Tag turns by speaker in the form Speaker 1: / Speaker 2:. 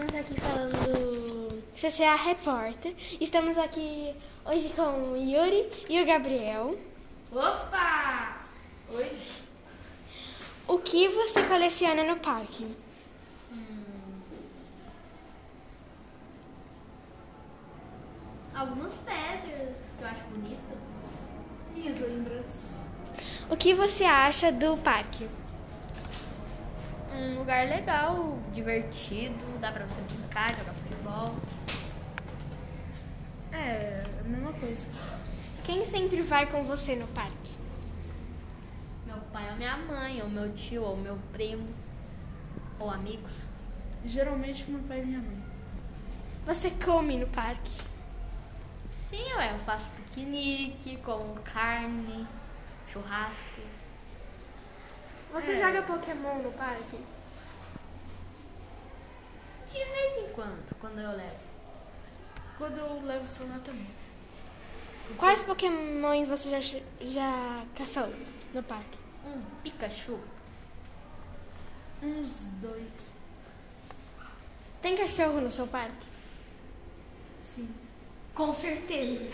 Speaker 1: canal do CCA Repórter. Estamos aqui hoje com o Yuri e o Gabriel.
Speaker 2: Opa! Oi?
Speaker 1: O que você coleciona no parque?
Speaker 2: Algumas pedras que eu acho bonito.
Speaker 3: Minhas lembranças.
Speaker 1: O que você acha do parque?
Speaker 2: Um lugar legal, divertido, dá pra você brincar, jogar futebol.
Speaker 3: É, a mesma coisa.
Speaker 1: Quem sempre vai com você no parque?
Speaker 2: Meu pai ou minha mãe, ou meu tio, ou meu primo, ou amigos.
Speaker 3: Geralmente meu pai e minha mãe.
Speaker 1: Você come no parque?
Speaker 2: Sim, ué, eu faço piquenique, como carne, churrasco.
Speaker 1: Você
Speaker 2: É.
Speaker 1: joga Pokémon no parque?
Speaker 2: De vez em quando, quando eu levo.
Speaker 3: Quando eu levo o celular tá também.
Speaker 1: Quais Pokémons você já, ch- já caçou no parque?
Speaker 2: Um Pikachu.
Speaker 3: Uns dois.
Speaker 1: Tem cachorro no seu parque?
Speaker 3: Sim.
Speaker 2: Com certeza.